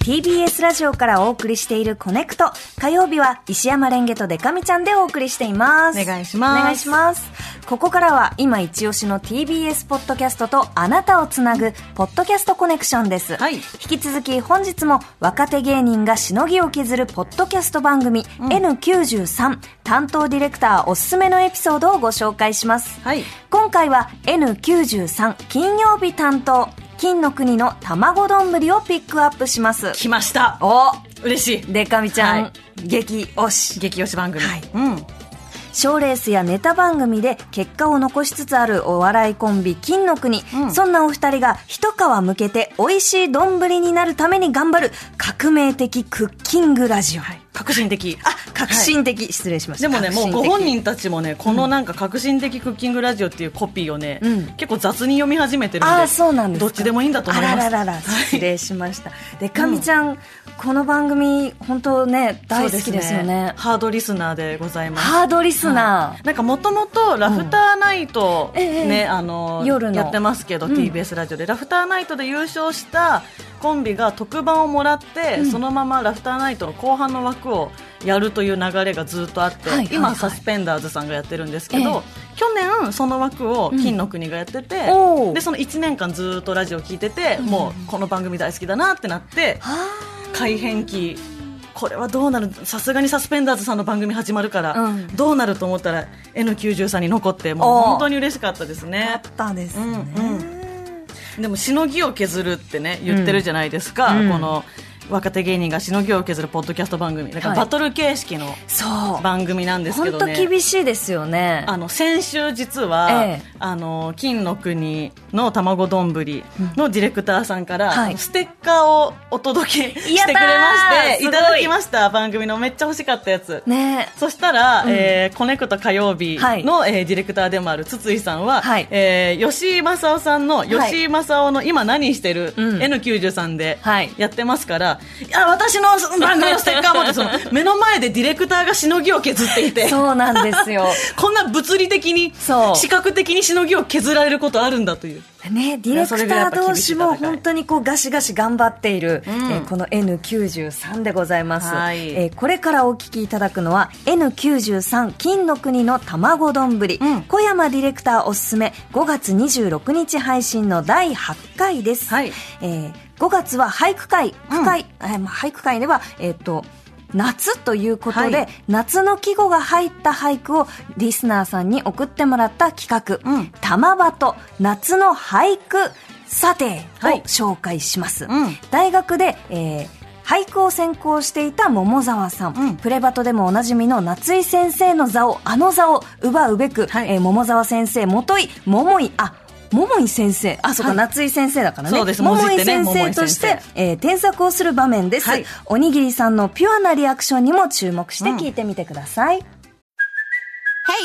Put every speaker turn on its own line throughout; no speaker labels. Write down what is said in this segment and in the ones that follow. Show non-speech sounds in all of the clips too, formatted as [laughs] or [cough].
TBS ラジオからお送りしているコネクト。火曜日は石山レンゲとデカミちゃんでお送りしています。
お願いします
お願いします。ここからは今一押しの TBS ポッドキャストとあなたをつなぐ、ポッドキャストコネクションです。
はい
引き続き本日も若手芸人がしのぎを削るポッドキャスト番組、N93 担当ディレクターおすすめのエピソードをご紹介します。
はい
今回は N93 金曜日担当金の国の卵丼ぶりをピックアップします
来ました
お
嬉しい
でかみちゃん、
はい
激推し
激推し番組、
はい
うん
賞レースやネタ番組で結果を残しつつあるお笑いコンビ金の国、
うん
そんなお二人が一皮むけて美味しい丼になるために頑張る革命的クッキングラジオ、
はい、革新的
あ革新的、失礼しまし
で
た
もねもう
革新
ご
的
本人たちもねこのなんか革新的クッキングラジオっていうコピーをね、
うん
結構雑に読み始めてるんで
ああそうなんですか
どっちでもいいんだと思います
あらららら失礼しました、でかみちゃん、この番組本当ね大好きですよ
そう
ね
ハードリスナーでございます
ハードリスナー、
なんかもともとラフターナイト、
うんえええ
ね
え
あの
夜の
やってますけど、
うん
TBS ラジオでラフターナイトで優勝したコンビが特番をもらって、
うん
そのままラフターナイトの後半の枠をやるという流れがずっとあって、
はいはいはい
今サスペンダーズさんがやってるんですけど、
ええ
去年その枠を金の国がやってて、
おー
でその1年間ずっとラジオ聞いてて、もうこの番組大好きだなってなって、
は
改変期これはどうなるさすがにサスペンダーズさんの番組始まるから、
うん
どうなると思ったら N93 に残ってもう
おー
本当に嬉しかったです
あっ
ね
たですね、
うんでもしのぎを削るってね言ってるじゃないですか、
うん
この若手芸人がしのぎを削るポッドキャスト番組だから
はい
バトル形式の
そう
番組なんですけ
本
ど
当
ね、
厳しいですよね
あの先週実は、
ええ
あの金の国の卵丼ぶりのディレクターさんから、
はい
ステッカーをお届けしてくれま
やったー
し
す
て
ごい
いただきました番組のめっちゃ欲しかったやつ。
ね
そしたら、えーコネクト火曜日
はい
の、えーディレクターでもある筒井さんは、
はい
えー吉井正夫さんの、
い
吉井正夫の今何してる、
うん
N93 で
はい
やってますから、い、や私の番組のステッカー持ってその目の前でディレクターがしのぎを削ってい
[laughs]
て
そうなんです
[laughs]
よ
こんな物理的に、
そう
視覚的にしのぎを削られることあるんだという。
ね、ディレクター同士も
それぐらいやっぱ厳しい戦い
本当にこうガシガシ頑張っている、
うん
えーこの N93 でございます、
はい
えーこれからお聞きいただくのは N93 金の国の卵丼ぶり、
うん
小山ディレクターおすすめ5月26日配信の第8回です、
はい
えー5月は俳句会
うん
句会、えーまあ俳句会では、えーっと夏ということで、
はい
夏の季語が入った俳句をリスナーさんに送ってもらった企画、
うん
玉鳩夏の俳句査定
は
を
い
紹介します、
うん
大学で、えー俳句を専攻していた桃沢さん、
うん
プレバトでもおなじみの夏井先生の座をあの座を奪うべく、
はい
えー桃沢先生元井桃井あ桃井先生あそうか、
はい
夏井先生だからね
そうですもじ
桃
っ
井
てね
先生として、
桃井先
えー添削をする場面です、
はい
おにぎりさんのピュアなリアクションにも注目して聞いてみてください、
Hey,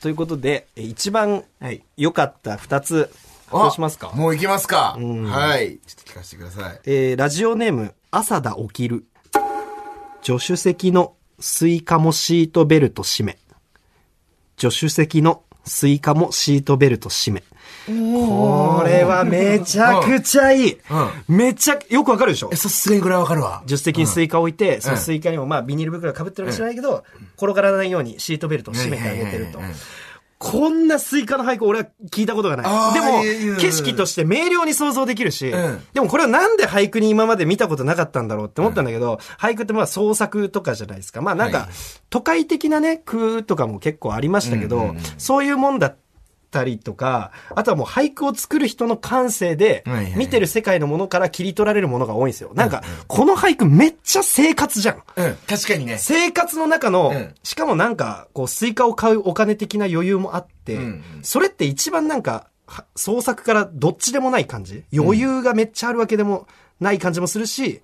ということで、え一番
い
良かった2つ、発
あ
表しますか。
もう行きますか。はい。ちょっと聞かせてください。
えーラジオネーム、朝だ起きる。助手席のスイカもシートベルト締め。助手席のスイカもシートベルト締め。これはめちゃくちゃいい、めちゃく、よくわかるでしょ
え、さすがにこれはわかるわ。
助手席にスイカ置いて、そのスイカにもまあビニール袋被ってるかもしれないけど、転がらないようにシートベルトを締めてあげてると
はいはいはいはい。
こんなスイカの俳句俺は聞いたことが
あー
ない。
いやいやい
で
や
も、景色として明瞭に想像できるし
ん、
でもこれはなんで俳句に今まで見たことなかったんだろうって思ったんだけど、俳句ってまあ創作とかじゃないですか。まあなん
は
か
い、
都会的なね、句とかも結構ありましたけど、そういうもんだったりとか、あとはもう俳句を作る人の感性で
はいはいは、い
見てる世界のものから切り取られるものが多いんですよ。なんか、この俳句めっちゃ生活じゃん。
うん。確かにね。
生活の中の、
うん
しかもなんか、こう、スイカを買うお金的な余裕もあって、
ん
それって一番なんか、は創作からどっちでもない感じ余裕がめっちゃあるわけでもない感じもするし、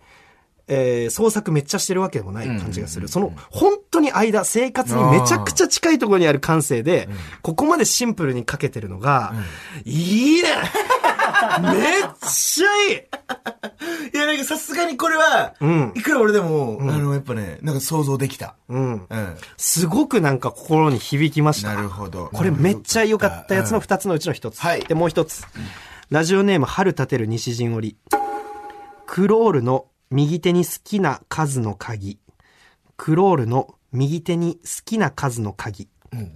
えー創作めっちゃしてるわけでもない感じがする。その、本当に間、生活にめちゃくちゃ近いところにある感性で、ここまでシンプルにかけてるのが、いいね [laughs] めっちゃいい
いや、なんかさすがにこれは、
ん
いくら俺でも、あの、やっぱね、なんか想像できた。うん。
すごくなんか心に響きました。
なるほど
これめっちゃ良かったやつの二つのうちの一つ。
はい
で、もう一つ。ラジオネーム、春立てる西陣織。クロールの右手に好きな数の鍵。クロールの右手に好きな数の鍵。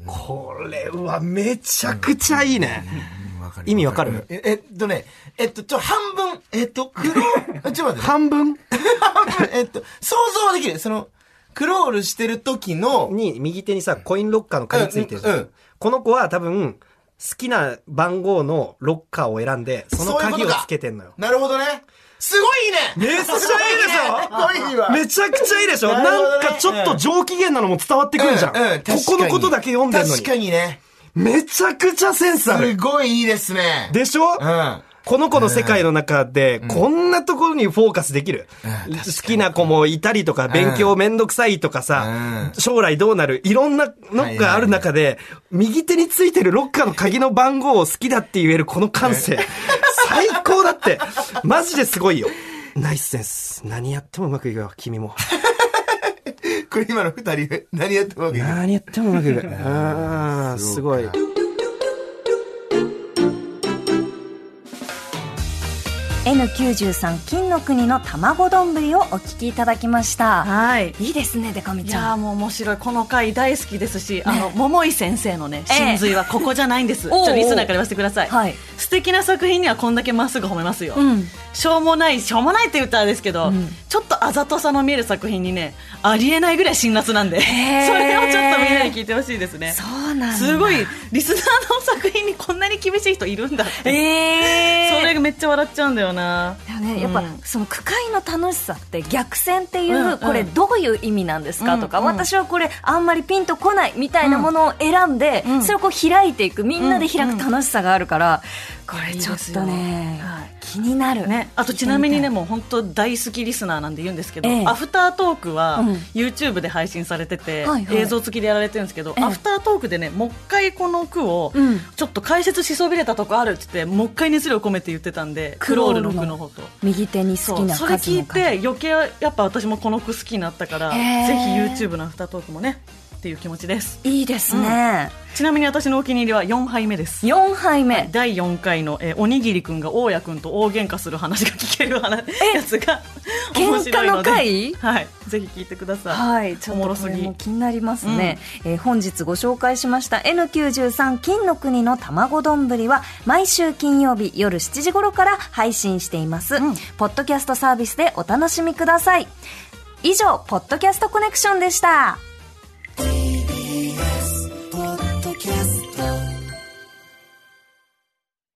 これはめちゃくちゃいいね。意味わかる
ええっとね、えっと、ちょ、半分、え
[laughs]
っと、クロール、ちょっと待って、
半分 [laughs]
半分、えっと、想像はできる。その、クロールしてる時の、
に右手にさ、コインロッカーの鍵ついてるじゃ
うんん。
この子は多分、好きな番号のロッカーを選んで、その
そういうこ
鍵
と
を
か
つけてんのよ。
なるほどね。すごいね
め
[laughs]
っちゃいいでし
すごいわ。
ょめちゃくちゃいいでしょ
なるほど
な
ね
んかちょっと上機嫌なのも伝わってくるじゃん。
うんうん
ここのことだけ読んでんのに
確。かにね。
めちゃくちゃセンスあ
す
る。
ごいいいですね。
でしょ、
うん。
この子の世界の中で、こんなところにフォーカスできる。
うん
好きな子もいたりとか、勉強めんどくさいとかさ、将来どうなる、いろんなのがある中で、右手についてるロッカーの鍵の番号を好きだって言えるこの感
[laughs]
性、最高だって、マジですごいよ。ナイスセンス。何やってもうまくいくよ、君
[laughs]
も。
これ今の二人、何やってるわけ
何やってもうまくい
[laughs]
く。ああ、すごい。
N93 金の国の卵丼ぶりをお聞きいただきました。
はい。
いいですね、でかみ
い
ちゃ
やー
ん。
もう面白い。この回大好きですし、あの、桃井先生のね、真髄はここじゃないん [laughs] です。ちょっとリスナーから言わせてください。
はい
素敵な作品にはこんだけまっすぐ褒めますよ。
ん
しょうもない、しょうもないって言ったらあれですけど、ちょっとあざとさの見える作品にね、ありえないぐらい辛辣なんで、 [laughs] そ
へー
れをちょっとみんなに聞いてほしいですね。
そうなんだ
すごい、リスナーの作品にこんなに厳しい人いるんだって。
え
それがめっちゃ笑っちゃうんだよな。
だよね、やっぱ、
うん
その区界の楽しさって逆戦っていう、
うんうん
これどういう意味なんですかとか、
うんうん
私はこれあんまりピンとこないみたいなものを選んで、
ん
それをこう開いていくみんなで開く楽しさがあるから、これちょっと
いいで
ね
すよはい
気にな [laughs] る
ね、あとちなみに
聞
ね
いて
もう本当大好きリスナーなんで言うんですけど、
ええ
アフタートークは
うん
YouTube で配信されてて、
はいはい
映像付きでやられてるんですけど、
ええ
アフタートークでねもう一回この句を
うん
ちょっと解説しそびれたとこあるって言ってもう一回熱量込めて言ってたんで
ク
ク
ロー
ロー
ル
ル
の
の句の方と。
みたい右手に好
そ
き
う
な
それ
数
聞い
の数
て余計やっぱ私もこの句好きになったから、
へえ
ぜひ YouTube のアフタートークもねっていう気持ちです
いいですね、
ちなみに私のお気に入りは4杯目です
四杯目、
第4回の、えーおにぎりくんが大家くんと大喧嘩する話が聞ける話やつが面白いので
喧嘩の回
はい、ぜひ聞いてください、
はい、ちょ
お
っ
もろ
とこ
す
れ
ぎ
も気になりますね、えー本日ご紹介しました N93 金の国の卵丼ぶりは毎週金曜日夜7時頃から配信しています、ポッドキャストサービスでお楽しみください以上ポッドキャストコネクションでした